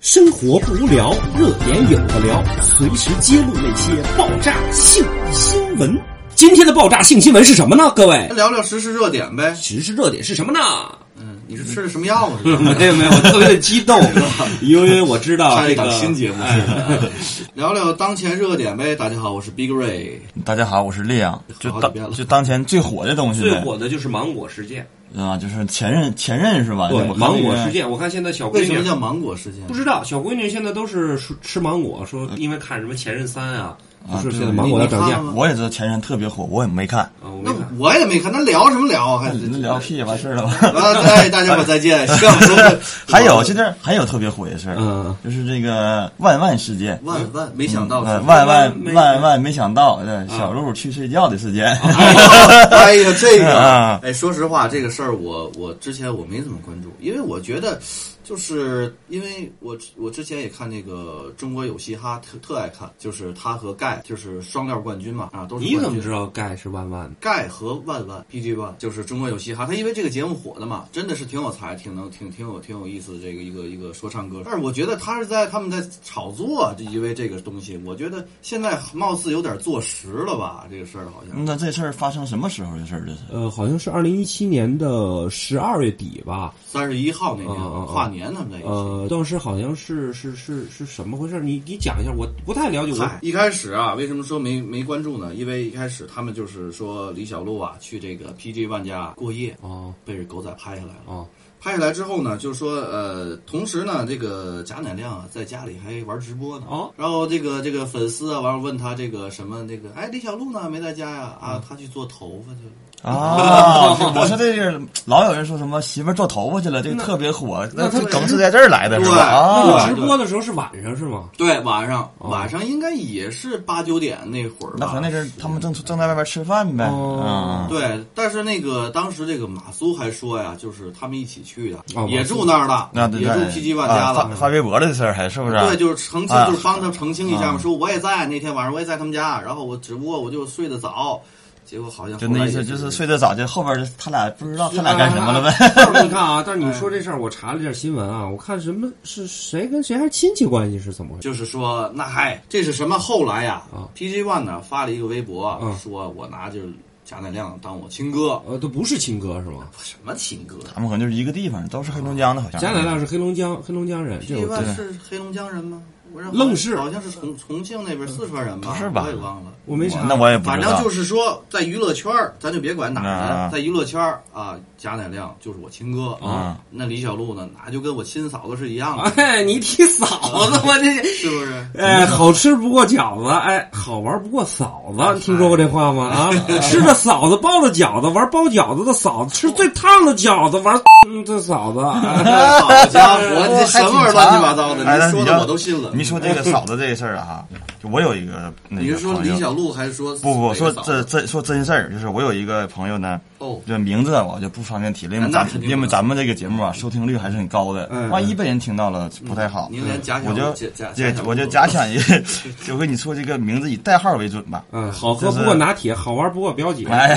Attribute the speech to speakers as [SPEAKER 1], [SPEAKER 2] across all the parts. [SPEAKER 1] 生活不无聊，热点有的聊，随时揭露那些爆炸性新闻。今天的爆炸性新闻是什么呢？各位，
[SPEAKER 2] 聊聊时事热点呗。
[SPEAKER 1] 时事热点是什么呢？
[SPEAKER 2] 嗯，你是吃的什么药啊？
[SPEAKER 1] 没有没有，我特别的激动，
[SPEAKER 3] 啊
[SPEAKER 1] 因为我知道这个
[SPEAKER 2] 目 聊聊当前热点呗。大家好，我是 Big Ray。
[SPEAKER 4] 大家好，我是烈阳，就
[SPEAKER 2] 好久不见
[SPEAKER 4] 当
[SPEAKER 2] 了
[SPEAKER 4] 就当前最火的东西呗，
[SPEAKER 3] 最火的就是芒果事件，
[SPEAKER 4] 啊，就是前任前任是吧？
[SPEAKER 3] 对
[SPEAKER 4] 我看
[SPEAKER 3] 芒
[SPEAKER 4] 那
[SPEAKER 3] 果
[SPEAKER 4] 个
[SPEAKER 3] 事，件。我看现在小
[SPEAKER 2] 为
[SPEAKER 3] 闺
[SPEAKER 2] 什么
[SPEAKER 3] 女
[SPEAKER 2] 叫芒果事件
[SPEAKER 3] 不？知道，小闺女现在都是说吃芒果，说因为看什么《前任三》啊，
[SPEAKER 4] 啊
[SPEAKER 3] 不是
[SPEAKER 4] 对
[SPEAKER 3] 现在芒果要涨
[SPEAKER 2] 你
[SPEAKER 3] 价
[SPEAKER 2] 看了吗
[SPEAKER 4] 我也知道前任特别火，我也没看，
[SPEAKER 3] 啊，我没
[SPEAKER 2] 那
[SPEAKER 3] 看。
[SPEAKER 2] 我也没看，那聊什么聊啊？还
[SPEAKER 4] 你们聊屁完事儿 了吧？
[SPEAKER 2] 啊！哎，大家伙再见。希望说
[SPEAKER 4] 还有现在还有特别火的事儿，
[SPEAKER 3] 嗯，
[SPEAKER 4] 就是这个万万事件，
[SPEAKER 2] 万万没想到，
[SPEAKER 4] 呃
[SPEAKER 2] 是吧
[SPEAKER 4] 万万
[SPEAKER 3] 没
[SPEAKER 4] 万万没想到，啊对，小鹿去睡觉的事件，
[SPEAKER 2] 哎 呀，这个
[SPEAKER 4] 啊，
[SPEAKER 2] 哎，说实话，这个事儿我我之前我没怎么关注，因为我觉得，就是因为我我之前也看那个《中国有嘻哈》，特特爱看，就是他和盖就是双料冠军嘛，啊，都是
[SPEAKER 3] 你怎
[SPEAKER 2] 冠
[SPEAKER 3] 么
[SPEAKER 2] 军
[SPEAKER 3] 知道盖是万万的？
[SPEAKER 2] 盖和万万 PG One 就是中国有嘻哈，他因为这个节目火的嘛，真的是挺有才，挺能挺挺有挺有意思的这个一个一个说唱歌手。但是我觉得他是在他们在炒作，就因为这个东西，我觉得现在貌似有点坐实了吧，这个事儿好像。
[SPEAKER 4] 那这事儿发生什么时候的事儿？这是
[SPEAKER 3] 呃，好像是二零一七年的十二月底吧。
[SPEAKER 2] 三十一号那天、
[SPEAKER 3] 嗯嗯嗯
[SPEAKER 2] 跨年他们在一起。
[SPEAKER 3] 呃，当时好像是是是是什么回事？你你讲一下，我不太了解。我
[SPEAKER 2] 嗨，一开始啊，为什么说没没关注呢？因为一开始他们就是说李小璐啊去这个 PG One 家过夜，
[SPEAKER 3] 哦
[SPEAKER 2] 被人狗仔拍下来了。
[SPEAKER 3] 哦
[SPEAKER 2] 拍下来之后呢，就是说呃，同时呢，这个贾乃亮啊在家里还玩直播呢。
[SPEAKER 3] 哦，
[SPEAKER 2] 然后这个这个粉丝啊，完了问他这个什么那个，哎，李小璐呢没在家呀？啊，他去做头发去了。
[SPEAKER 4] 啊， 我说这个老有人说什么媳妇儿做头发去了，这个特别火，那
[SPEAKER 2] 他
[SPEAKER 4] 梗是在这儿来的，是
[SPEAKER 2] 对
[SPEAKER 4] 吧？
[SPEAKER 2] 对
[SPEAKER 4] 啊，
[SPEAKER 3] 直播的时候是晚上是 吗？
[SPEAKER 2] 对，晚上、晚上应该也是八九点那会儿吧。
[SPEAKER 4] 那可能那阵儿他们正正在外边吃饭呗，
[SPEAKER 3] 哦
[SPEAKER 4] 嗯，
[SPEAKER 2] 对，但是那个当时这个马苏还说呀，就是他们一起去的，
[SPEAKER 3] 哦
[SPEAKER 2] 也住那儿的，
[SPEAKER 4] 那对
[SPEAKER 2] 也
[SPEAKER 4] 对
[SPEAKER 2] 住 PG 万家
[SPEAKER 4] 啊
[SPEAKER 2] 了。
[SPEAKER 4] 发发微博的事儿还是不是？
[SPEAKER 2] 对，就是澄清，
[SPEAKER 4] 啊
[SPEAKER 2] 就是帮他澄清一下嘛，说我也在那天晚上，我也在他们家，然后我只不过我就睡得早，结果好像
[SPEAKER 4] 就
[SPEAKER 2] 后来
[SPEAKER 4] 那意
[SPEAKER 2] 也
[SPEAKER 4] 思，就是睡得早，就后边儿他俩不知道他俩干什么了呗。
[SPEAKER 3] 但是你看啊，但是你说这事儿，我查了一下新闻啊，我看什么是谁跟谁还是亲戚关系是怎么回事？
[SPEAKER 2] 就是说，那嗨，这是什么？后来呀、
[SPEAKER 4] 嗯
[SPEAKER 3] 啊
[SPEAKER 2] p g One 呢发了一个微博，
[SPEAKER 3] 嗯
[SPEAKER 2] 说我拿就是贾乃亮当我亲哥，
[SPEAKER 3] 呃，都不是亲哥是吗？
[SPEAKER 2] 什么亲哥
[SPEAKER 4] 他们可能就是一个地方，都是黑龙江的，好像。
[SPEAKER 3] 贾乃亮是黑龙江黑龙江人，这
[SPEAKER 2] ？PG
[SPEAKER 3] 我知
[SPEAKER 2] One
[SPEAKER 3] 道。
[SPEAKER 2] 啊是黑龙江人吗？我认为
[SPEAKER 3] 愣是
[SPEAKER 2] 好像是重重庆那边四川人吧？
[SPEAKER 4] 不是吧
[SPEAKER 2] 我也忘了。
[SPEAKER 3] 我没啥，
[SPEAKER 4] 那我也不
[SPEAKER 2] 反
[SPEAKER 4] 知
[SPEAKER 2] 正
[SPEAKER 4] 道
[SPEAKER 2] 就。是说，在娱乐圈儿咱就别管哪儿
[SPEAKER 4] 啊
[SPEAKER 2] 人，在娱乐圈儿啊，贾乃亮就是我亲哥
[SPEAKER 4] 啊。
[SPEAKER 2] 那李小璐呢，那就跟我亲嫂子是一样的，
[SPEAKER 3] 哎，你提嫂
[SPEAKER 2] 啊
[SPEAKER 3] 子，我 这
[SPEAKER 2] 是不是？
[SPEAKER 3] 哎，好吃不过饺子，哎，好玩不过嫂
[SPEAKER 2] 啊
[SPEAKER 3] 子，听说过这话吗？啊，吃的嫂子包的饺子，玩包饺子的嫂子，吃最烫的饺子，玩 嗯这嫂子。哎
[SPEAKER 2] 好啊家伙，你这什么玩意儿乱七八糟的？
[SPEAKER 4] 哎
[SPEAKER 2] 你说
[SPEAKER 4] 那你
[SPEAKER 2] 的
[SPEAKER 4] 要
[SPEAKER 2] 我都信了。
[SPEAKER 4] 你说这个嫂子这个事儿啊，哈，就我有一个那
[SPEAKER 2] 你
[SPEAKER 4] 个
[SPEAKER 2] 是说
[SPEAKER 4] 朋
[SPEAKER 2] 李
[SPEAKER 4] 友，
[SPEAKER 2] 小璐还是说
[SPEAKER 4] 不不，
[SPEAKER 2] 哪个
[SPEAKER 4] 说
[SPEAKER 2] 嫂
[SPEAKER 4] 这
[SPEAKER 2] 子
[SPEAKER 4] 这说真事儿，就是我有一个朋友呢，
[SPEAKER 2] 哦
[SPEAKER 4] 这名字我就不方便提了，因为
[SPEAKER 2] 那
[SPEAKER 4] 咱
[SPEAKER 2] 肯定不
[SPEAKER 4] 因为
[SPEAKER 2] 能
[SPEAKER 4] 咱们这个节目啊，收听率还是很高的
[SPEAKER 3] 嗯，
[SPEAKER 4] 万一被人听到了不太好。
[SPEAKER 2] 您连假想
[SPEAKER 4] 我就
[SPEAKER 2] 假
[SPEAKER 4] 这
[SPEAKER 2] 假想
[SPEAKER 4] 我就
[SPEAKER 2] 不
[SPEAKER 4] 假想一个，就跟你说这个名字以代号为准吧。
[SPEAKER 3] 嗯，哎好喝不过拿铁，好玩不过表姐。
[SPEAKER 4] 哎，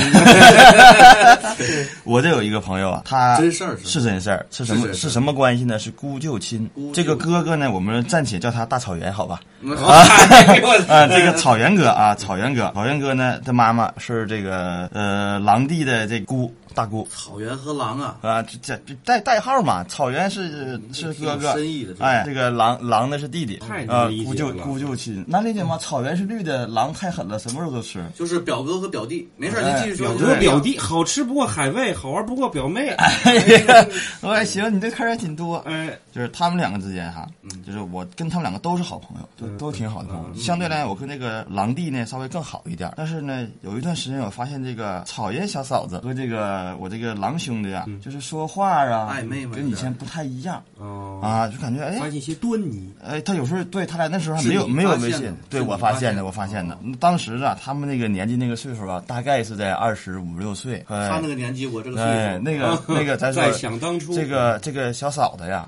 [SPEAKER 4] 我这有一个朋友啊，他
[SPEAKER 2] 真事儿是吧
[SPEAKER 4] 是真事儿，是
[SPEAKER 2] 是
[SPEAKER 4] 什
[SPEAKER 2] 真
[SPEAKER 4] 么
[SPEAKER 2] 事儿
[SPEAKER 4] 是什么关系呢？是姑舅亲
[SPEAKER 2] 姑舅。
[SPEAKER 4] 这个哥哥呢，我们暂且叫他大草原，好吧？
[SPEAKER 2] 哎呦我的
[SPEAKER 4] 啊，这个草原哥啊，草原哥，草原哥呢，他妈妈是这个呃狼弟的这姑大姑。
[SPEAKER 2] 草原和狼啊，
[SPEAKER 4] 啊，这这这代代号嘛，草原是是
[SPEAKER 2] 挺有
[SPEAKER 4] 哥哥
[SPEAKER 2] 深意的这，个
[SPEAKER 4] 哎，这个狼狼的是弟弟
[SPEAKER 3] 太，
[SPEAKER 4] 啊
[SPEAKER 3] 难理，解
[SPEAKER 4] 姑舅
[SPEAKER 3] 了
[SPEAKER 4] 姑舅亲，难理解吗？草原是绿的，狼太狠了，什么肉 都吃。
[SPEAKER 2] 就是表哥和表弟，没事儿您
[SPEAKER 4] 哎
[SPEAKER 2] 继续
[SPEAKER 3] 表
[SPEAKER 2] 说。
[SPEAKER 3] 哥表弟，好吃不过海味，好玩不过表妹。
[SPEAKER 4] 哎呀，我也行，你这坑儿还挺多。
[SPEAKER 3] 哎，
[SPEAKER 4] 就是他们两个之间哈，
[SPEAKER 2] 嗯
[SPEAKER 4] 就是我跟他们两个都是好朋友，都都挺好的朋友。相对来，我跟那个狼弟呢稍微更好一点儿。但是呢，有一段时间我发现这个草原小嫂子和这个我这个狼兄弟啊，就是说话啊
[SPEAKER 2] 嗯暧昧嘛
[SPEAKER 4] 跟以前不太一样
[SPEAKER 3] 哦，
[SPEAKER 4] 啊，就感觉哎
[SPEAKER 3] 发现一些端倪。
[SPEAKER 4] 哎，他有时候对他俩那时候还
[SPEAKER 2] 是
[SPEAKER 4] 没有
[SPEAKER 2] 你
[SPEAKER 4] 没有
[SPEAKER 2] 发
[SPEAKER 4] 微
[SPEAKER 2] 现
[SPEAKER 4] 信
[SPEAKER 2] 的，
[SPEAKER 4] 对
[SPEAKER 2] 是你
[SPEAKER 4] 我
[SPEAKER 2] 发
[SPEAKER 4] 发
[SPEAKER 2] 现
[SPEAKER 4] 现
[SPEAKER 2] 的哦
[SPEAKER 4] 的，我发现的。当时啊，他们那个年纪那个岁数啊，大概是在二十五六岁。哎
[SPEAKER 2] 他那个年纪，我这个岁
[SPEAKER 4] 哎，
[SPEAKER 2] 数，
[SPEAKER 4] 那个那个，咱说
[SPEAKER 3] 再想当初
[SPEAKER 4] 这个这个小嫂子呀，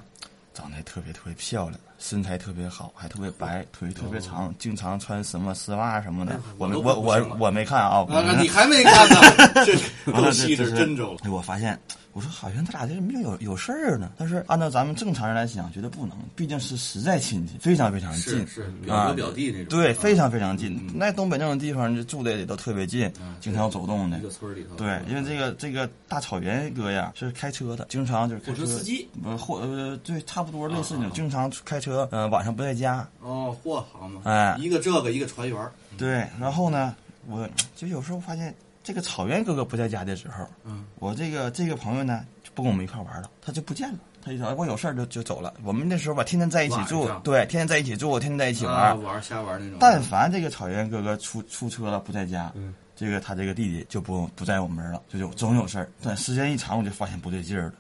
[SPEAKER 4] 长得特别特别漂亮，身材特别好，还特别白，腿特别长，经常穿什么丝袜什么的。我
[SPEAKER 2] 哦我
[SPEAKER 4] 没
[SPEAKER 2] 都
[SPEAKER 4] 我
[SPEAKER 2] 不
[SPEAKER 4] 我
[SPEAKER 2] 行了
[SPEAKER 4] 我没看啊，
[SPEAKER 2] 啊，那你还没看 呢，这够细致，真轴。
[SPEAKER 4] 哎，我发现，我说好像他俩这没有有事儿呢。但是按照咱们正常人来讲，觉得不能，毕竟是实在亲戚，非常非常近，
[SPEAKER 2] 是是表
[SPEAKER 4] 啊
[SPEAKER 2] 哥表弟那种，
[SPEAKER 4] 对，
[SPEAKER 2] 啊
[SPEAKER 4] 非常非常近。那东北那种地方，就住的也都特别近，经常走动的
[SPEAKER 2] 嗯一。个嗯村儿里头。啊
[SPEAKER 4] 对，因为这个这个大草原哥呀是开车的，经常就是开车
[SPEAKER 1] 火车司机，
[SPEAKER 4] 呃或呃对，差不
[SPEAKER 2] 啊
[SPEAKER 4] 多类似那种，经常开车，嗯、晚上不在家，
[SPEAKER 2] 哦，嚯，好嘛，
[SPEAKER 4] 哎
[SPEAKER 2] 一个这个一个船员儿，
[SPEAKER 4] 对，然后呢，我就有时候发现这个草原哥哥不在家的时候，
[SPEAKER 2] 嗯，
[SPEAKER 4] 我这个这个朋友呢就不跟我们一块玩了，他就不见了。他就说哎我有事儿就就走了。我们那时候吧，天天在一起住
[SPEAKER 2] 晚上，
[SPEAKER 4] 对，天天在一起住，天天在一起玩。
[SPEAKER 2] 啊玩儿瞎玩儿那种。
[SPEAKER 4] 但凡这个草原哥哥出出车了不在家，
[SPEAKER 2] 嗯
[SPEAKER 4] 这个他这个弟弟就不不在我们这儿了，就有总有事儿。但时间一长，我就发现不对劲儿了。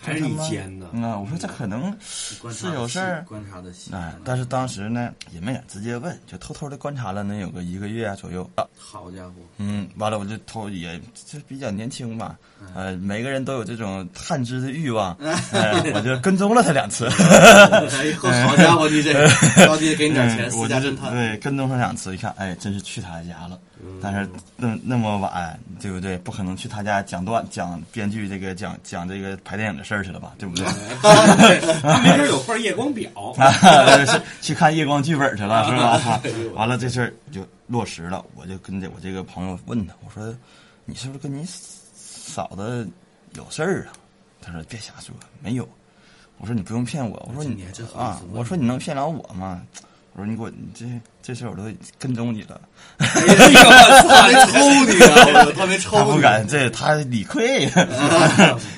[SPEAKER 1] 还是你尖呢
[SPEAKER 4] 啊、。嗯我说这可能
[SPEAKER 2] 观
[SPEAKER 4] 是
[SPEAKER 2] 察
[SPEAKER 4] 有
[SPEAKER 2] 的
[SPEAKER 4] 事
[SPEAKER 2] 细
[SPEAKER 4] 儿，
[SPEAKER 2] 观察的啊细，
[SPEAKER 4] 哎，但是当时呢也没敢直接问，就偷偷的观察了能有个一个月啊左右。啊
[SPEAKER 2] 好 家伙，
[SPEAKER 4] 嗯，完了我就偷也就比较年轻吧，呃，每个人都有这种探知的欲望，呃、我就跟踪了他两次，
[SPEAKER 2] 哎呦，好家伙， 你这着急给你点钱，
[SPEAKER 4] 嗯
[SPEAKER 2] 私
[SPEAKER 4] 我
[SPEAKER 2] 家
[SPEAKER 4] 就
[SPEAKER 2] 侦探，
[SPEAKER 4] 对跟踪他两次，一看，哎，真是去他家了，但是那那么晚，对不对？不可能去他家讲段讲编剧这个讲讲这个拍电影的事儿去了吧，对不对？
[SPEAKER 1] 他没准有块夜光 表，
[SPEAKER 4] 啊， 是去看夜光剧本去了，是
[SPEAKER 2] 啊
[SPEAKER 4] 吧？啊完了这事儿就落实了，我就跟这我这个朋友问他，我说你是不是跟你嫂子有事儿啊？他说别瞎说，没有。我说你不用骗我，我说
[SPEAKER 2] 这
[SPEAKER 4] 你
[SPEAKER 2] 你还真好意
[SPEAKER 4] 啊
[SPEAKER 2] 思，问
[SPEAKER 4] 我说你能骗了我吗？我说你给我，你这这事儿我都跟踪你了，
[SPEAKER 2] 哎他没抽你啊，我他没抽
[SPEAKER 4] 他
[SPEAKER 2] 你，
[SPEAKER 4] 不敢，这他 理亏。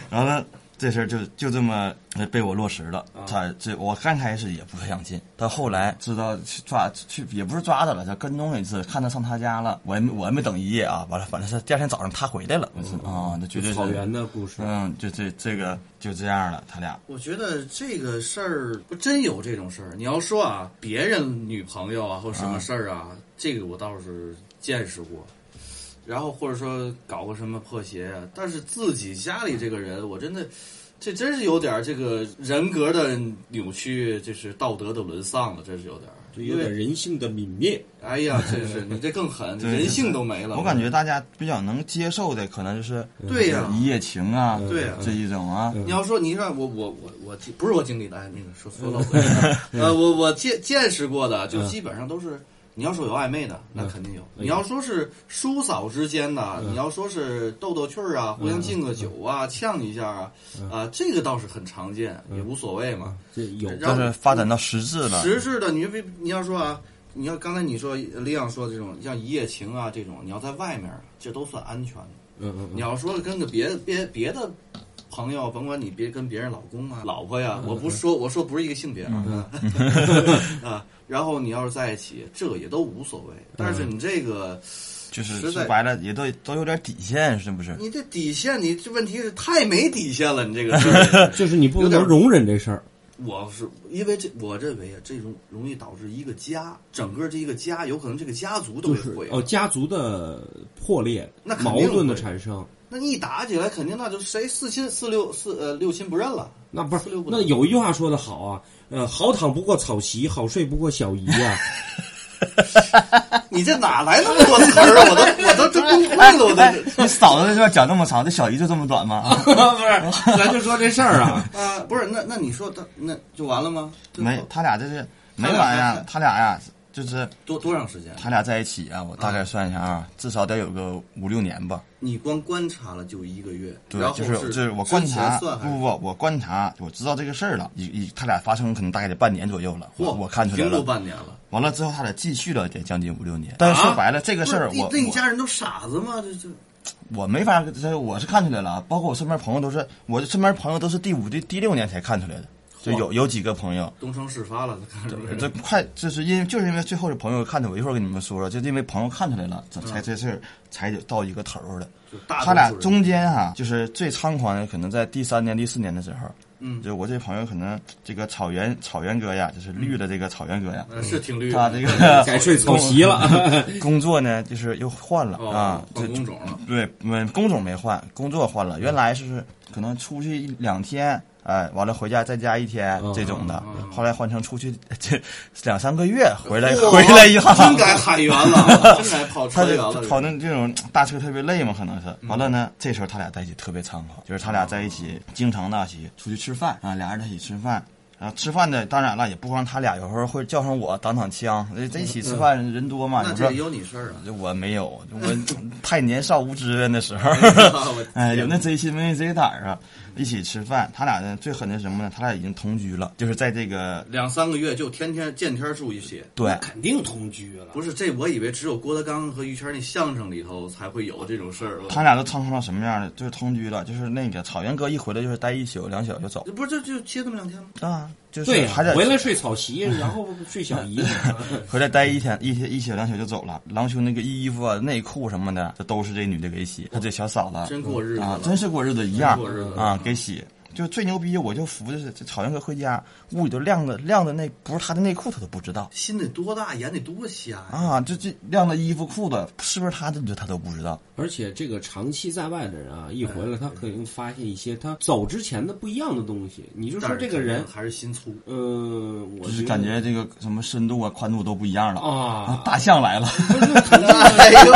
[SPEAKER 4] 然后呢，这事儿就就这么被我落实了。
[SPEAKER 2] 啊
[SPEAKER 4] 他这我刚开始也不太想进，到后来知道去抓去也不是抓他了，他跟踪了一次，看他上他家了，我也没我也没等一夜啊，完了反正是第二天早上他回来了，我
[SPEAKER 2] 嗯
[SPEAKER 4] 说啊，那绝对是
[SPEAKER 3] 草原的故事，。
[SPEAKER 4] 嗯，就这这个就这样了，他俩
[SPEAKER 2] 我觉得这个事儿不真有这种事儿。你要说啊，别人女朋友啊或什么事儿啊，这个我倒是见识过。然后或者说搞个什么破鞋啊，但是自己家里这个人，我真的，这真是有点儿这个人格的扭曲，就是道德的沦丧了，真是有点儿。
[SPEAKER 1] 就有点人性的泯灭。
[SPEAKER 2] 哎呀，真是你这更狠，
[SPEAKER 4] 对
[SPEAKER 2] 人性都没了。
[SPEAKER 4] 我感觉大家比较能接受的，可能就是
[SPEAKER 2] 嗯对呀
[SPEAKER 4] 一夜情啊，
[SPEAKER 2] 对呀嗯
[SPEAKER 4] 这一种啊，
[SPEAKER 2] 你要说你让我我我我记不是我经历的，哎，那个说说到我这儿，呃，我我见见识过的，就基本上都是。你要说有暧昧的，那肯定有；你要说是叔嫂之间的，你要说是斗斗趣儿啊，互相敬个酒啊，呛一下啊，啊，这个倒是很常见，也无所谓嘛。
[SPEAKER 1] 这有
[SPEAKER 2] 然
[SPEAKER 4] 就
[SPEAKER 2] 后
[SPEAKER 4] 是发展到实质了。
[SPEAKER 2] 实质的，你别你要说啊，你要刚才你说李阳说的这种像一夜情啊这种，你要在外面啊，这都算安全的。
[SPEAKER 1] 嗯嗯
[SPEAKER 2] 你要说跟个别别别的朋友，甭管你别跟别人老公啊、老婆呀，我不是说我说不是一个性别啊， 啊，然后你要是在一起，这也都无所谓。但是你这个，
[SPEAKER 4] 就是
[SPEAKER 2] 实在
[SPEAKER 4] 说白了，也都都有点底线，是不是？
[SPEAKER 2] 你这底线，你这问题是太没底线了，你这个事儿
[SPEAKER 3] 就是你不
[SPEAKER 2] 有点
[SPEAKER 3] 能容忍这事儿。
[SPEAKER 2] 我是因为这，我认为啊，这种容易导致一个家，整个这一个家，有可能这个家族
[SPEAKER 3] 就
[SPEAKER 2] 都给
[SPEAKER 3] 是
[SPEAKER 2] 毁了。
[SPEAKER 3] 哦，家族的破裂
[SPEAKER 2] 那、肯定
[SPEAKER 3] 矛
[SPEAKER 2] 会
[SPEAKER 3] 盾的产生，
[SPEAKER 2] 那你一打起来，肯定那就谁四亲四六四呃六亲不认了。
[SPEAKER 3] 那不是
[SPEAKER 2] 四六不
[SPEAKER 3] 那
[SPEAKER 2] 能
[SPEAKER 3] 有一句话说的好啊，呃，好躺不过草席，好睡不过小姨啊。
[SPEAKER 2] 你这哪来那么多词儿啊？我都我都真崩溃了，我
[SPEAKER 4] 哎
[SPEAKER 2] 都。，
[SPEAKER 4] 你嫂子这段讲这么长，这小姨就这么短吗？ 啊
[SPEAKER 3] 不是，咱就说这事儿啊，
[SPEAKER 2] 啊，不是，那那你说他那就完了吗？
[SPEAKER 4] 没，他俩这是没
[SPEAKER 2] 他俩
[SPEAKER 4] 完呀，他俩呀，就是
[SPEAKER 2] 多多长时间？
[SPEAKER 4] 他俩在一起啊，我大概算一下啊，至少得有个五六年吧。
[SPEAKER 2] 你光观察了就一个月，
[SPEAKER 4] 对
[SPEAKER 2] 然，后
[SPEAKER 4] 就是
[SPEAKER 2] 是
[SPEAKER 4] 就是我观察，
[SPEAKER 2] 之前算
[SPEAKER 4] 不
[SPEAKER 2] 还是
[SPEAKER 4] 不不，我观察，我知道这个事儿了，一一他俩发生可能大概得半年左右了，我
[SPEAKER 2] 嚯
[SPEAKER 4] 我看出来
[SPEAKER 2] 停留
[SPEAKER 4] 了。
[SPEAKER 2] 半年了。
[SPEAKER 4] 完了之后，他俩继续了得将近五六年。但是说白了，这个事儿
[SPEAKER 2] 啊不是
[SPEAKER 4] 我
[SPEAKER 2] 那你
[SPEAKER 4] 我
[SPEAKER 2] 家人都傻子吗？这这
[SPEAKER 4] 我没法，这我是看出来了啊，包括我身边朋友都是，我身边朋友都是第五、第第六年才看出来的，就有有几个朋友，
[SPEAKER 2] 东窗事发了，他看着没
[SPEAKER 4] 这快就是因为就是因为最后是朋友看出来，我一会儿跟你们说了，就是因为朋友看出来了，这才这事儿才有到一个头儿的。
[SPEAKER 2] 就嗯大多数人
[SPEAKER 4] 他俩中间哈、就是最猖狂的，可能在第三年、第四年的时候，嗯，就我这朋友可能这个草原草原哥呀，就是绿了这个草原哥呀，
[SPEAKER 2] 呃是挺绿的，
[SPEAKER 4] 他这个
[SPEAKER 3] 该睡草席了。
[SPEAKER 4] 工作呢就是又换了
[SPEAKER 2] 嗯哦
[SPEAKER 4] 啊，这
[SPEAKER 2] 换工种了。
[SPEAKER 4] 对，嗯，工种没换，工作换了。原来是可能出去一两天，哎，完了回家再加一天
[SPEAKER 3] 嗯
[SPEAKER 4] 这种的
[SPEAKER 2] 嗯嗯，
[SPEAKER 4] 后来换成出去这两三个月回来
[SPEAKER 2] 哇
[SPEAKER 4] 回来一趟，
[SPEAKER 2] 真该海员 了，真该跑
[SPEAKER 4] 他
[SPEAKER 2] 船员
[SPEAKER 4] 就
[SPEAKER 2] 了，
[SPEAKER 4] 跑那这种大车特别累嘛，可能是。
[SPEAKER 2] 嗯
[SPEAKER 4] 完了呢，这时候他俩在一起特别猖狂，就是他俩在一起经常的一起出去吃饭
[SPEAKER 2] 嗯
[SPEAKER 4] 啊，俩人在一起吃饭。然后吃饭呢，当然了，也不光他俩，有时候会叫上我挡挡枪。呃在一起吃饭人多嘛，
[SPEAKER 2] 那
[SPEAKER 4] 有时
[SPEAKER 2] 这
[SPEAKER 4] 候
[SPEAKER 2] 也有你事 儿啊！
[SPEAKER 4] 就我没有，我太年少无知了那时 候。
[SPEAKER 2] 我
[SPEAKER 4] 哎，有那贼心没那贼胆儿啊！一起吃饭，他俩呢最狠的是什么呢？他俩已经同居了，就是在这个
[SPEAKER 2] 两三个月就天天见天住一起，
[SPEAKER 4] 对
[SPEAKER 1] 肯定同居了。
[SPEAKER 2] 不是这我以为只有郭德纲和于谦那相声里头才会有这种事儿，我
[SPEAKER 4] 他俩都猖狂到什么样呢？就是同居了，就是那个草原哥一回来就是待一宿两宿就走
[SPEAKER 2] 这不是就就歇这么两天吗？
[SPEAKER 4] 啊，就是
[SPEAKER 3] 对呀、
[SPEAKER 4] 还在
[SPEAKER 3] 回来睡草席，然后睡小姨。
[SPEAKER 4] 回来待一天一天一宿两宿就走了。狼兄那个衣服啊、内裤什么的，这都是这女的给洗，他这小嫂子
[SPEAKER 2] 真过日子
[SPEAKER 4] 啊
[SPEAKER 2] 了，，
[SPEAKER 4] 真是过日子一样
[SPEAKER 2] 真过日子了
[SPEAKER 4] 啊，给洗。就最牛逼，我就服的是这草原哥回家屋里头晾的晾的那不是他的内裤，他都不知道。
[SPEAKER 2] 心得多大，眼得多瞎呀！
[SPEAKER 4] 啊，这这晾的衣服裤子是不是他的，你说他都不知道。
[SPEAKER 3] 而且这个长期在外的人啊，一回来他可能发现一些他走之前的不一样的东西。你就
[SPEAKER 2] 但
[SPEAKER 3] 说
[SPEAKER 2] 是
[SPEAKER 3] 这个人，
[SPEAKER 2] 还是心 粗，
[SPEAKER 3] 呃，我
[SPEAKER 4] 就是感觉这个什么深度啊、宽度都不一样了。
[SPEAKER 2] 哦
[SPEAKER 3] 啊，
[SPEAKER 4] 大象来了，
[SPEAKER 2] 哎呦，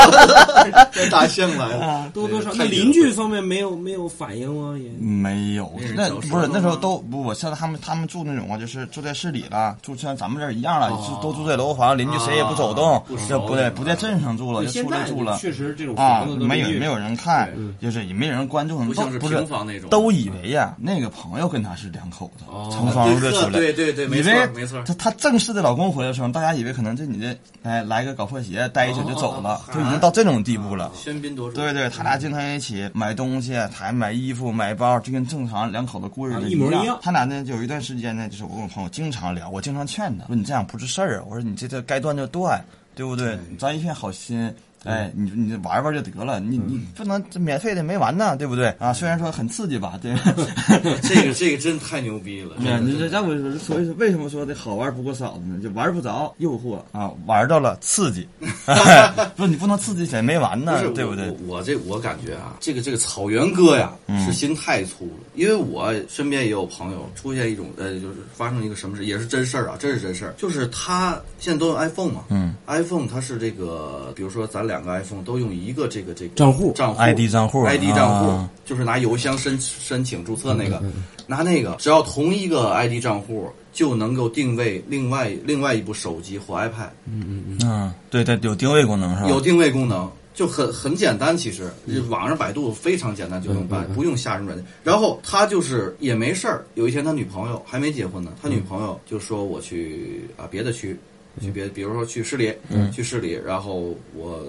[SPEAKER 2] 这大象来
[SPEAKER 4] 啊
[SPEAKER 2] 了，
[SPEAKER 3] 多多少
[SPEAKER 2] 这
[SPEAKER 3] 那
[SPEAKER 2] 个太
[SPEAKER 3] 邻居
[SPEAKER 2] 远了
[SPEAKER 3] 方面没有没有反应吗？也
[SPEAKER 4] 没有
[SPEAKER 2] 那，人
[SPEAKER 4] 那
[SPEAKER 2] 早熟
[SPEAKER 4] 不是
[SPEAKER 2] 了
[SPEAKER 4] 那时候
[SPEAKER 2] 吗
[SPEAKER 4] 都不，我像他们他们住那种啊，就是住在市里了，住像咱们这儿一样了，就都住在楼房，邻居谁也不走动
[SPEAKER 2] 啊不，熟
[SPEAKER 4] 这不
[SPEAKER 2] 是
[SPEAKER 4] 在
[SPEAKER 2] 吧
[SPEAKER 4] 不在镇上住了，
[SPEAKER 3] 对
[SPEAKER 4] 就
[SPEAKER 3] 现
[SPEAKER 4] 出来
[SPEAKER 3] 在
[SPEAKER 4] 住了。
[SPEAKER 3] 确实这种
[SPEAKER 4] 啊
[SPEAKER 3] 房子，都
[SPEAKER 4] 没有
[SPEAKER 3] 越
[SPEAKER 4] 没有人看，就是也没有人关注他们，
[SPEAKER 2] 不像是
[SPEAKER 4] 都不是
[SPEAKER 2] 平房那种
[SPEAKER 4] 都以为呀，那个朋友跟他是两口子，从
[SPEAKER 2] 对
[SPEAKER 4] 房子出来，
[SPEAKER 2] 对对对没
[SPEAKER 4] 以
[SPEAKER 2] 错
[SPEAKER 4] 为
[SPEAKER 2] 没错
[SPEAKER 4] 他他正式的老公回来的时候，大家以为可能这女的哎来个搞破鞋，待一宿就走
[SPEAKER 2] 哦
[SPEAKER 4] 了，就已经到这种地步了。
[SPEAKER 2] 喧宾夺主，
[SPEAKER 4] 对对，他俩经常一起买东西，还买衣服、买包，就跟正常两口子过日
[SPEAKER 3] 啊
[SPEAKER 4] 子
[SPEAKER 3] 一模一
[SPEAKER 4] 样
[SPEAKER 3] 样。
[SPEAKER 4] 他俩呢，有一段时间呢，就是我跟我朋友经常聊，我经常劝他，说你这样不是事儿啊，我说你这这该断就断，对不对？咱一片好心。哎，你你玩玩就得了，你你不能这免费的没完呢，对不对啊？虽然说很刺激吧， 对吧。
[SPEAKER 2] 这个这个真太牛逼了，
[SPEAKER 4] 哎
[SPEAKER 2] 这
[SPEAKER 4] 呀
[SPEAKER 2] 个
[SPEAKER 4] 你这让我所以说为什么说这好玩不过嫂子呢？就玩不着诱惑啊，玩到了刺激， 不是你不能刺激起来没完呢
[SPEAKER 2] 是，
[SPEAKER 4] 对不
[SPEAKER 2] 我
[SPEAKER 4] 对？嗯
[SPEAKER 2] 我我这我感觉啊，这个这个草原哥呀，是心太粗了。因为我身边也有朋友出现一种呃，就是发生一个什么事，也是真事儿啊，真是真事儿。就是他现在都用 iPhone 嘛，嗯，iPhone 它是这个，比如说咱两个 iPhone 都用一个这个这个
[SPEAKER 3] 账户
[SPEAKER 2] 账户
[SPEAKER 4] ID 账户
[SPEAKER 2] ID 账户
[SPEAKER 4] 啊，
[SPEAKER 2] 就是拿邮箱申申请注册那个，拿那个，只要同一个 ID 账户。就能够定位另外另外一部手机或 iPad，
[SPEAKER 4] 嗯，对对，有定位功能是吧？
[SPEAKER 2] 有定位功能，就很很简单。其实网上百度非常简单就能办，不用下什么软件。然后他就是也没事儿。有一天他女朋友还没结婚呢，他女朋友就说我去啊别的区。去别，比如说去市里，去市里，然后我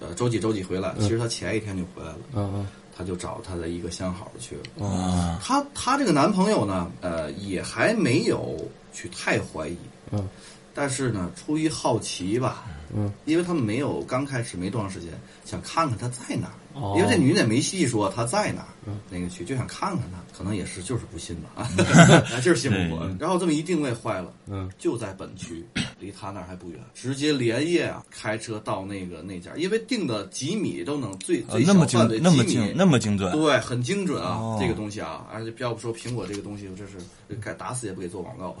[SPEAKER 2] 呃周几周几回来，其实他前一天就回来了，
[SPEAKER 3] 啊
[SPEAKER 2] 他就找他的一个相好的去了。
[SPEAKER 4] 啊，
[SPEAKER 2] 她她这个男朋友呢，呃，也还没有去太怀疑，
[SPEAKER 3] 嗯，
[SPEAKER 2] 但是呢，出于好奇吧，
[SPEAKER 3] 嗯，
[SPEAKER 2] 因为他们没有刚开始没多长时间，想看看他在哪
[SPEAKER 3] 哦
[SPEAKER 2] 儿。
[SPEAKER 3] 嗯
[SPEAKER 2] 因为这女的也没细说她在哪儿，那个去就想看看她，可能也是就是不信吧，啊， 就是信不过
[SPEAKER 4] 对。
[SPEAKER 2] 然后这么一定位坏了，
[SPEAKER 3] 嗯，
[SPEAKER 2] 就在本区，离他那儿还不远，直接连夜啊开车到那个那家，因为定的几米都能最最
[SPEAKER 4] 呃
[SPEAKER 2] 小
[SPEAKER 4] 那么精
[SPEAKER 2] 范围，
[SPEAKER 4] 那么
[SPEAKER 2] 几米
[SPEAKER 4] 精，那么精准，
[SPEAKER 2] 对，很精准啊，
[SPEAKER 4] 哦
[SPEAKER 2] 这个东西啊，而且要不说苹果这个东西，我真是该打死也不给做广告。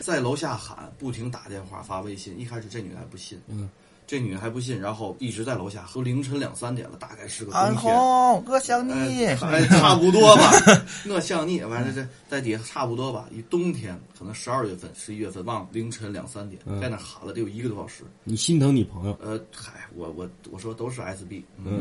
[SPEAKER 2] 在楼下喊，不停打电话发微信，一开始这女的还不信，嗯，这女的还不信，然后一直在楼下，都凌晨两三点了，大概是个冬天。
[SPEAKER 4] 红，我想
[SPEAKER 2] 哎，哎差不多吧，我想你，完了这在底下差不多吧，一冬天，可能十二月份、十一月份，忘了凌晨两三点，在那喊了得有一个多小时，
[SPEAKER 3] 你心疼你朋友
[SPEAKER 2] 呃，嗨，我我我说都是 SB，嗯，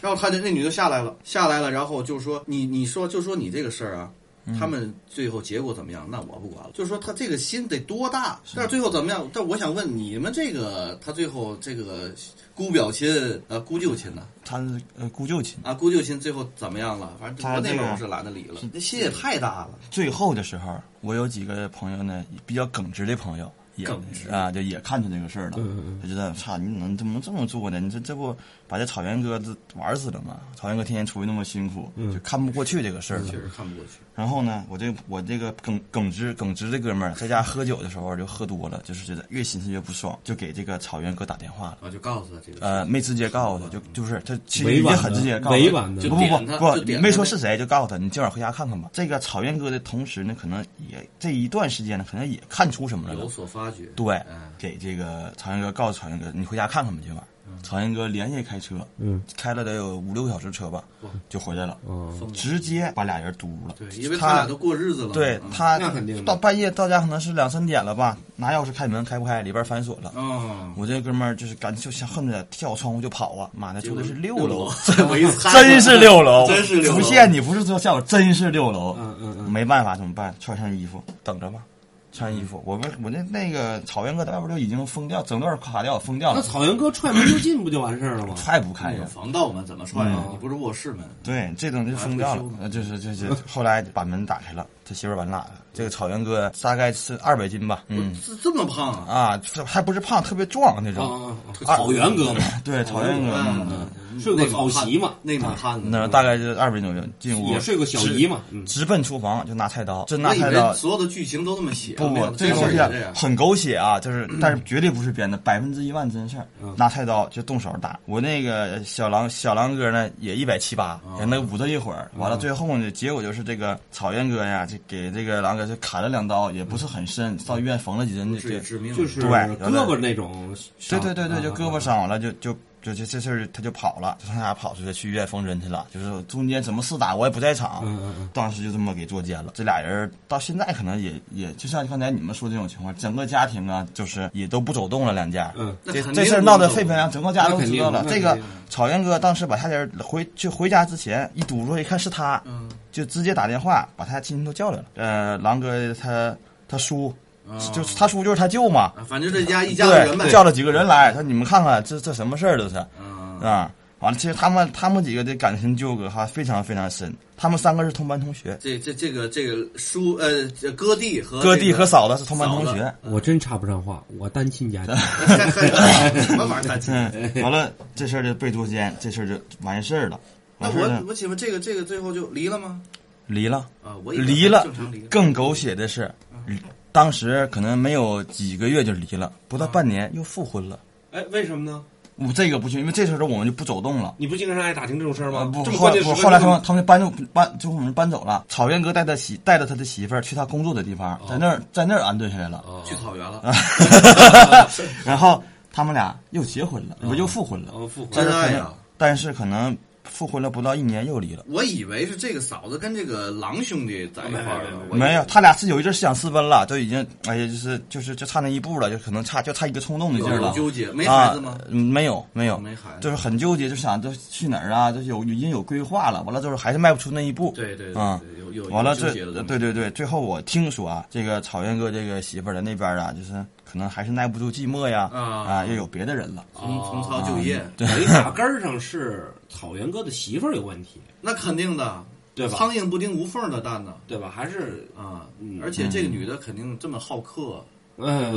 [SPEAKER 2] 然后他就那女就下来了，下来了，然后就说你你说就说你这个事儿啊，
[SPEAKER 4] 嗯
[SPEAKER 2] 他们最后结果怎么样？那我不管了，就说他这个心得多大，但是最后怎么样？但我想问你们这个他最后这个姑表亲呃姑舅亲呢、
[SPEAKER 4] 他是呃姑舅亲，
[SPEAKER 2] 啊姑舅亲最后怎么样了？反正
[SPEAKER 4] 他
[SPEAKER 2] 我那
[SPEAKER 4] 这
[SPEAKER 2] 会儿
[SPEAKER 4] 个
[SPEAKER 2] 我是懒得理了，那心也太大了，
[SPEAKER 4] 最后的时候，我有几个朋友呢，比较耿直的朋友，也
[SPEAKER 2] 耿直嗯
[SPEAKER 4] 啊，就也看出这个事
[SPEAKER 3] 嗯
[SPEAKER 4] 儿了，他觉得操，你怎么怎么这么做呢？你这这不把这草原哥这玩死了吗？草原哥天天出去那么辛苦，
[SPEAKER 2] 嗯
[SPEAKER 4] 就看不过去这个事儿了。
[SPEAKER 2] 确实看不过去。
[SPEAKER 4] 然后呢，我这我这个耿耿直耿直这哥们儿，在家喝酒的时候就喝多了，就是觉得越寻思越不爽，就给这个草原哥打电话了。
[SPEAKER 2] 啊，就告诉他这个事儿
[SPEAKER 4] 呃，没直接告诉他，就就是他其实
[SPEAKER 3] 委
[SPEAKER 4] 已经
[SPEAKER 3] 婉
[SPEAKER 4] 很
[SPEAKER 3] 的
[SPEAKER 4] 直接告诉他，
[SPEAKER 3] 委婉的
[SPEAKER 4] 不
[SPEAKER 2] 就
[SPEAKER 4] 不
[SPEAKER 2] 点他
[SPEAKER 4] 不
[SPEAKER 2] 就点
[SPEAKER 4] 不，
[SPEAKER 2] 他
[SPEAKER 4] 没
[SPEAKER 2] 呗
[SPEAKER 4] 说是谁，就告诉他，你今晚回家看看吧。这个草原哥的同时呢，可能也这一段时间呢，可能也看出什么来了
[SPEAKER 2] 有，所发觉。
[SPEAKER 4] 对
[SPEAKER 2] 嗯，
[SPEAKER 4] 给这个草原哥告诉草原哥，你回家看看吧，今晚。草原哥连夜开车，嗯，开了得有五六个小时车吧，就回来了，
[SPEAKER 3] 嗯哦
[SPEAKER 2] 疯了
[SPEAKER 4] 直接把俩人堵了。
[SPEAKER 2] 对，因为他俩都过日子了嘛。
[SPEAKER 4] 对
[SPEAKER 2] 嗯
[SPEAKER 4] 他
[SPEAKER 3] 那肯定的
[SPEAKER 4] 到半夜到家可能是两三点了吧，拿钥匙开门开不开，里边反锁了。
[SPEAKER 2] 哦，
[SPEAKER 4] 我这哥们儿就是赶紧就想恨着跳窗户就跑啊！妈的，住的是六楼，
[SPEAKER 2] 这 我一猜，啊
[SPEAKER 4] 真是六楼，
[SPEAKER 2] 真是六楼
[SPEAKER 4] 不骗你，不是说笑话，真是六楼。
[SPEAKER 3] 嗯嗯嗯
[SPEAKER 4] 没办法，怎么办？穿上衣服，等着吧。穿衣服，我们我那那个草原哥在外边都已经疯掉，整段垮掉，疯掉
[SPEAKER 3] 那
[SPEAKER 4] 了，
[SPEAKER 3] 草原哥踹门就进不就完事儿了 吗？
[SPEAKER 4] 踹不开
[SPEAKER 2] 那
[SPEAKER 4] 呀
[SPEAKER 2] 个。防盗门怎么踹
[SPEAKER 4] 嗯
[SPEAKER 2] 啊？你不是卧室门，
[SPEAKER 4] 对，这种就疯掉了，呃就是就是，后来把门打开了，他媳妇儿完了，这个草原哥大概是二百斤吧，嗯
[SPEAKER 2] 这这么胖啊？
[SPEAKER 4] 啊，这还不是胖，特别壮那
[SPEAKER 3] 啊
[SPEAKER 4] 种，
[SPEAKER 3] 啊啊！草原哥嘛，
[SPEAKER 4] 对，草原哥，嗯嗯
[SPEAKER 2] 嗯
[SPEAKER 3] 睡过草席嘛
[SPEAKER 2] 内蒙汉子，
[SPEAKER 4] 那大概就是二百左右进屋，
[SPEAKER 3] 也睡过小姨嘛，嗯，
[SPEAKER 4] 直奔厨房就拿菜刀，真
[SPEAKER 2] 我
[SPEAKER 4] 拿
[SPEAKER 2] 以
[SPEAKER 4] 菜
[SPEAKER 2] 为
[SPEAKER 4] 刀。
[SPEAKER 2] 所有的剧情都这么写，
[SPEAKER 4] 不
[SPEAKER 2] 没
[SPEAKER 4] 不
[SPEAKER 2] 有，真
[SPEAKER 4] 这个
[SPEAKER 2] 事
[SPEAKER 4] 东
[SPEAKER 2] 儿
[SPEAKER 4] 西
[SPEAKER 2] 也
[SPEAKER 4] 啊
[SPEAKER 2] 这样。
[SPEAKER 4] 很狗血啊，就是但是绝对不是编的，百分之一万真事儿。
[SPEAKER 2] 嗯
[SPEAKER 4] 拿菜刀就动手打我那个小狼小狼哥呢，也一百七八，
[SPEAKER 2] 哦
[SPEAKER 4] 也那捂着一会
[SPEAKER 2] 嗯
[SPEAKER 4] 儿，完了最后呢，结果就是这个草原哥呀，就给这个狼哥就砍了两刀，也不是很深，到医院缝了几针，就
[SPEAKER 2] 致
[SPEAKER 4] 就
[SPEAKER 2] 嗯致命的，啊
[SPEAKER 3] 就
[SPEAKER 2] 嗯
[SPEAKER 3] 是
[SPEAKER 4] 对
[SPEAKER 3] 胳膊那种
[SPEAKER 4] 对
[SPEAKER 3] 伤，
[SPEAKER 4] 对对对，就胳膊
[SPEAKER 3] 上
[SPEAKER 4] 伤完了，就就就就这事儿他就跑了，就上哪跑出去去医院缝针去了。就是中间怎么厮打我也不在场，
[SPEAKER 3] 嗯嗯嗯
[SPEAKER 4] 当时就这么给捉奸了。这俩人到现在可能也也就像刚才你们说这种情况，整个家庭啊，就是也都不走动了，两家。
[SPEAKER 3] 嗯
[SPEAKER 2] 那
[SPEAKER 4] 这
[SPEAKER 2] 肯定
[SPEAKER 4] 这事儿
[SPEAKER 2] 不
[SPEAKER 4] 闹得
[SPEAKER 2] 走
[SPEAKER 4] 沸沸扬扬，整个家
[SPEAKER 3] 那
[SPEAKER 4] 都
[SPEAKER 3] 肯
[SPEAKER 4] 知
[SPEAKER 3] 定
[SPEAKER 4] 道了。
[SPEAKER 3] 那
[SPEAKER 4] 这
[SPEAKER 3] 肯
[SPEAKER 4] 个
[SPEAKER 2] 啊
[SPEAKER 3] 定
[SPEAKER 4] 草原哥当时把他家人回就回家之前一堵住，一看是他，
[SPEAKER 2] 嗯
[SPEAKER 4] 就直接打电话把他亲戚都叫来了。呃，狼哥他他叔，就是他叔就是他舅嘛，
[SPEAKER 2] 啊反正这哦家一家子人呗，
[SPEAKER 4] 对，叫了几个人来，说你们看看这这什么事儿这是
[SPEAKER 2] 嗯，
[SPEAKER 4] 啊？完了，其实他们他们几个的感情纠葛哈非常非常深，他们三个是同班同学，
[SPEAKER 2] 这这这个这个叔呃这哥弟和
[SPEAKER 4] 哥
[SPEAKER 2] 这
[SPEAKER 4] 弟
[SPEAKER 2] 个
[SPEAKER 4] 和嫂子是同班同
[SPEAKER 2] 嫂子
[SPEAKER 4] 学。
[SPEAKER 3] 嗯我真插不上话，我单亲家庭，
[SPEAKER 2] 什么玩意儿大姐？
[SPEAKER 4] 嗯，完了这事儿就被捉奸，这事儿就完事儿了。
[SPEAKER 2] 那
[SPEAKER 4] 完事儿
[SPEAKER 2] 我
[SPEAKER 4] 呢，
[SPEAKER 2] 我请问这个这个最后就离了吗？
[SPEAKER 4] 离了，
[SPEAKER 2] 啊，我以为
[SPEAKER 4] 离了
[SPEAKER 2] 正常离，了。嗯
[SPEAKER 4] 更狗血的是，当时可能没有几个月就离了，不
[SPEAKER 2] 嗯
[SPEAKER 4] 到半年又复婚了。
[SPEAKER 3] 哎，为什么呢？
[SPEAKER 4] 我这个不行，因为这事儿我们就不走动了。
[SPEAKER 3] 你不经常爱打听这种事儿吗？
[SPEAKER 4] 啊不，
[SPEAKER 3] 这么
[SPEAKER 4] 后
[SPEAKER 3] 关
[SPEAKER 4] 来
[SPEAKER 3] 键时
[SPEAKER 4] 不，
[SPEAKER 3] 刻
[SPEAKER 4] 后来他们他们搬就搬，最后我们搬走了。草原哥带他媳带着他的媳妇儿去他工作的地方，
[SPEAKER 2] 哦
[SPEAKER 4] 在那儿在那儿安顿下来了。
[SPEAKER 3] 哦
[SPEAKER 2] 去草原了，
[SPEAKER 4] 然后他们俩又结婚了，不又复婚了。
[SPEAKER 3] 哦复婚
[SPEAKER 4] 但是可
[SPEAKER 2] 真爱
[SPEAKER 4] 能
[SPEAKER 2] 啊
[SPEAKER 4] 但是可能复婚了不到一年又离了。
[SPEAKER 2] 我以为是这个嫂子跟这个狼兄弟在一块儿呢，我以为
[SPEAKER 4] 没有，他俩是有一阵儿想私奔了，都已经哎呀，就是就是就差那一步了，就可能差就差一个冲动的劲儿了
[SPEAKER 2] 有。纠结没孩子吗
[SPEAKER 4] 啊？嗯没有，没有，
[SPEAKER 2] 没孩子
[SPEAKER 4] 就是很纠结，就想就去哪儿啊，就有已经有规划了，完了之后还是迈不出那一步。
[SPEAKER 2] 对对对
[SPEAKER 4] 啊、
[SPEAKER 2] 对有有
[SPEAKER 4] 完了
[SPEAKER 2] 有纠
[SPEAKER 4] 这
[SPEAKER 2] 结的啊东西
[SPEAKER 4] 对对对，最后我听说啊，这个草原哥这个媳妇儿在那边啊，就是可能还是耐不住寂寞呀，
[SPEAKER 2] 啊
[SPEAKER 4] 又有别的人了。啊
[SPEAKER 2] 重重嗯操旧业，
[SPEAKER 3] 没打根儿上是草原哥的媳妇儿有问题，
[SPEAKER 2] 那肯定的，
[SPEAKER 3] 对吧
[SPEAKER 2] 苍蝇不叮无缝的蛋呢
[SPEAKER 3] 对吧？还是
[SPEAKER 2] 啊！而且这个女的肯定这么好客，
[SPEAKER 3] 嗯，
[SPEAKER 4] 嗯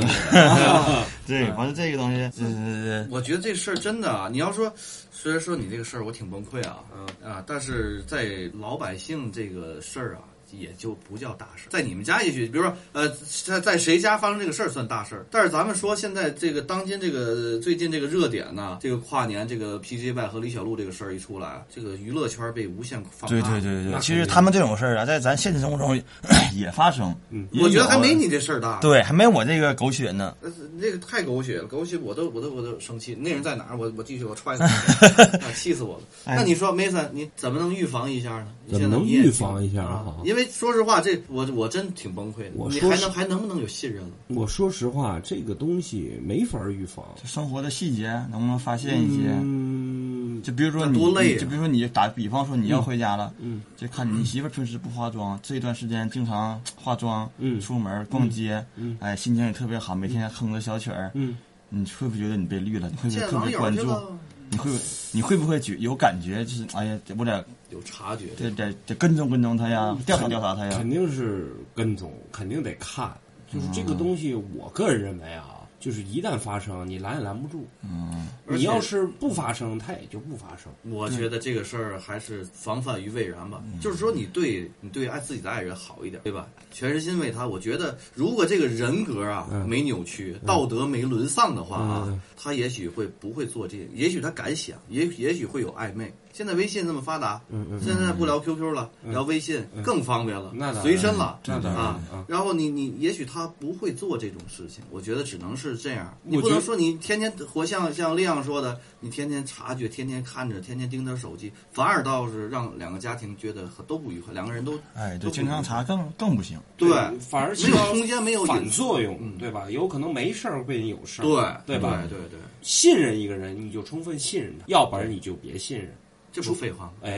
[SPEAKER 4] 对，
[SPEAKER 2] 嗯
[SPEAKER 4] 完了这个东西，就是
[SPEAKER 2] 我觉得这事儿真的啊，你要说，虽然说你这个事儿我挺崩溃啊，啊，但是在老百姓这个事儿啊，也就不叫大事儿。在你们家也许，比如说，呃，在在谁家发生这个事儿算大事儿，但是咱们说现在这个当今这个最近这个热点呢，这个跨年这个 PJ 外和李小璐这个事儿一出来，这个娱乐圈被无限放大。
[SPEAKER 4] 对对。对
[SPEAKER 3] 那
[SPEAKER 4] 对，其
[SPEAKER 3] 肯定
[SPEAKER 4] 实他们这种事儿啊，在咱现实生活中 也发生，也
[SPEAKER 2] 我觉
[SPEAKER 3] 啊
[SPEAKER 2] 得还
[SPEAKER 4] 有啊
[SPEAKER 2] 没你这事儿大，
[SPEAKER 4] 对，还没我这个狗血呢。
[SPEAKER 2] 呃，那个太狗血了，狗血我都我都我都生气。那人在哪儿？我我继续我踹死 他，啊气死我了。那你说梅森，你怎么能预防一下呢？你
[SPEAKER 3] 哎怎么
[SPEAKER 2] 现在
[SPEAKER 3] 能
[SPEAKER 2] 你也
[SPEAKER 3] 预防一下
[SPEAKER 2] 啊
[SPEAKER 3] 啊？
[SPEAKER 2] 因为说实话，这我我真挺崩溃的。
[SPEAKER 3] 我
[SPEAKER 2] 你
[SPEAKER 3] 说
[SPEAKER 2] 还
[SPEAKER 3] 实
[SPEAKER 2] 能还能不能有信任了？
[SPEAKER 3] 我说实话，这个东西没法儿预防。
[SPEAKER 4] 生活的细节能不能发现一些？
[SPEAKER 3] 嗯，
[SPEAKER 4] 就比如说你，
[SPEAKER 2] 那多累啊
[SPEAKER 4] 就比如说你打比方说你要回家了，嗯，就看你媳妇儿平时不化妆，这段时间经常化妆，
[SPEAKER 3] 嗯
[SPEAKER 4] 出门逛街，嗯，哎，心情也特别好，每天哼着小曲儿，
[SPEAKER 3] 嗯，
[SPEAKER 4] 你会不会觉得你被绿了？你
[SPEAKER 2] 见
[SPEAKER 4] 会不会特
[SPEAKER 2] 网
[SPEAKER 4] 别
[SPEAKER 2] 友
[SPEAKER 4] 关
[SPEAKER 2] 去
[SPEAKER 4] 注？
[SPEAKER 2] 了，
[SPEAKER 4] 你会不会你会不会觉有感觉？就是哎呀，我得
[SPEAKER 2] 有察觉。
[SPEAKER 4] 嗯得得得跟踪跟踪他呀，调查调查他呀
[SPEAKER 3] 肯。定是跟踪，肯定得看。就是这个东西，我个人认为啊，就是一旦发生，你拦也拦不住。
[SPEAKER 4] 嗯，
[SPEAKER 5] 而
[SPEAKER 3] 你
[SPEAKER 5] 且
[SPEAKER 3] 要是不发生，它也就不发生。
[SPEAKER 5] 我觉得这个事儿还是防范于未然吧，
[SPEAKER 3] 嗯
[SPEAKER 5] 就是说你对你对爱自己的爱人好一点，对吧？全身心为他。我觉得如果这个人格啊
[SPEAKER 3] 嗯
[SPEAKER 5] 没扭曲，道德没沦丧的话啊，他也许会不会做这，也许他敢想，也也许会有暧昧。现在微信这么发达，
[SPEAKER 3] 嗯
[SPEAKER 5] 现在不聊 QQ 了，聊微信更方便了，
[SPEAKER 3] 那当然
[SPEAKER 5] 随身了，
[SPEAKER 3] 那当然
[SPEAKER 5] 啊
[SPEAKER 3] 啊。
[SPEAKER 5] 然后你你也许他不会做这种事情，我觉得只能是这样，你
[SPEAKER 3] 我
[SPEAKER 5] 不
[SPEAKER 3] 觉
[SPEAKER 5] 能
[SPEAKER 3] 得
[SPEAKER 5] 说你天天活像像亮说的，你天天察觉，天天看着，天天盯着手机，反而倒是让两个家庭觉得很都不愉快，两个人都
[SPEAKER 4] 哎，这经常查更更不行。
[SPEAKER 5] 对，
[SPEAKER 3] 反而
[SPEAKER 5] 没
[SPEAKER 3] 起
[SPEAKER 5] 有
[SPEAKER 3] 到
[SPEAKER 5] 空间，没有
[SPEAKER 3] 反
[SPEAKER 5] 隐私
[SPEAKER 3] 作用，对吧？有可能没事儿被人有事儿，
[SPEAKER 5] 对
[SPEAKER 3] 对吧？
[SPEAKER 5] 对对对，
[SPEAKER 3] 信任一个人，你就充分信任他，要不然你就别信任。
[SPEAKER 5] 这不废话吗？
[SPEAKER 3] 哎，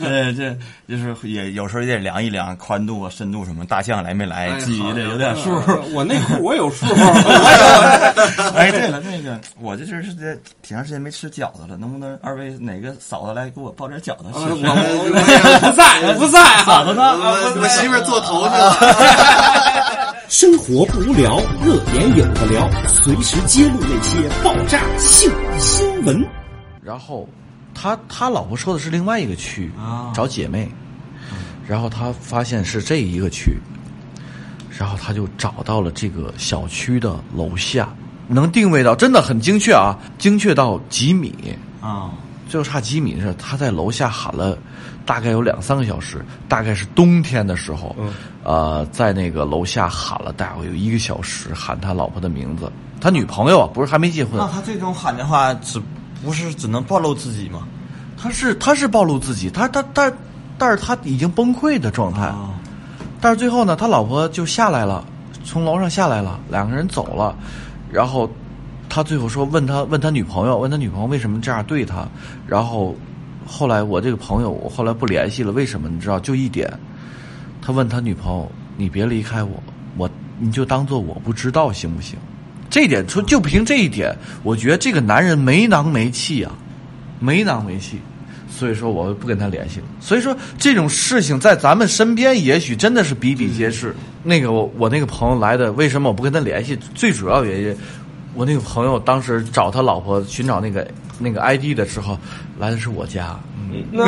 [SPEAKER 4] 呃，这就是也有时候也得量一量宽度啊、深度什么，大象来没来，
[SPEAKER 5] 哎
[SPEAKER 4] 鲫鱼
[SPEAKER 5] 好
[SPEAKER 4] 得
[SPEAKER 5] 呀
[SPEAKER 4] 有点数。
[SPEAKER 3] 我内裤我有数，
[SPEAKER 4] 哎，对了，那个我这阵儿是这挺长时间没吃饺子了，能不能二位哪个嫂子来给我包点饺子
[SPEAKER 3] 我
[SPEAKER 4] 吃吃？
[SPEAKER 3] 我不在，我不在啊，
[SPEAKER 4] 子
[SPEAKER 5] 我我我媳妇儿做头去了。
[SPEAKER 6] 生活不无聊，热点有的聊，随时揭露那些爆炸性新闻。
[SPEAKER 2] 然后他他老婆说的是另外一个区
[SPEAKER 4] 啊
[SPEAKER 2] 找姐妹，然后他发现是这一个区，然后他就找到了这个小区的楼下，能定位到，真的很精确啊，精确到几米，
[SPEAKER 4] 啊，
[SPEAKER 2] 最后差几米的时候，他在楼下喊了大概有两三个小时，大概是冬天的时候，呃，在那个楼下喊了大概有一个小时，喊他老婆的名字，他女朋友啊，不是还没结婚，
[SPEAKER 4] 那他最终喊的话，只不是只能暴露自己吗？
[SPEAKER 2] 他是他是暴露自己，他他他，但是他已经崩溃的状态。
[SPEAKER 4] 啊，
[SPEAKER 2] 但是最后呢，他老婆就下来了，从楼上下来了，两个人走了，然后他最后说问他问他女朋友，问他女朋友为什么这样对他，然后后来我这个朋友我后来不联系了，为什么你知道？就一点，他问他女朋友，你别离开我，我你就当做我不知道行不行？这一点说就凭这一点，我觉得这个男人没囊没气啊，没囊没气。所以说我不跟他联系了。所以说这种事情在咱们身边，也许真的是比比皆是。那个我我那个朋友来的，为什么我不跟他联系？最主要原因，我那个朋友当时找他老婆寻找那个那个 ID
[SPEAKER 3] 嗯
[SPEAKER 2] 的时候，来的是我家。
[SPEAKER 3] 那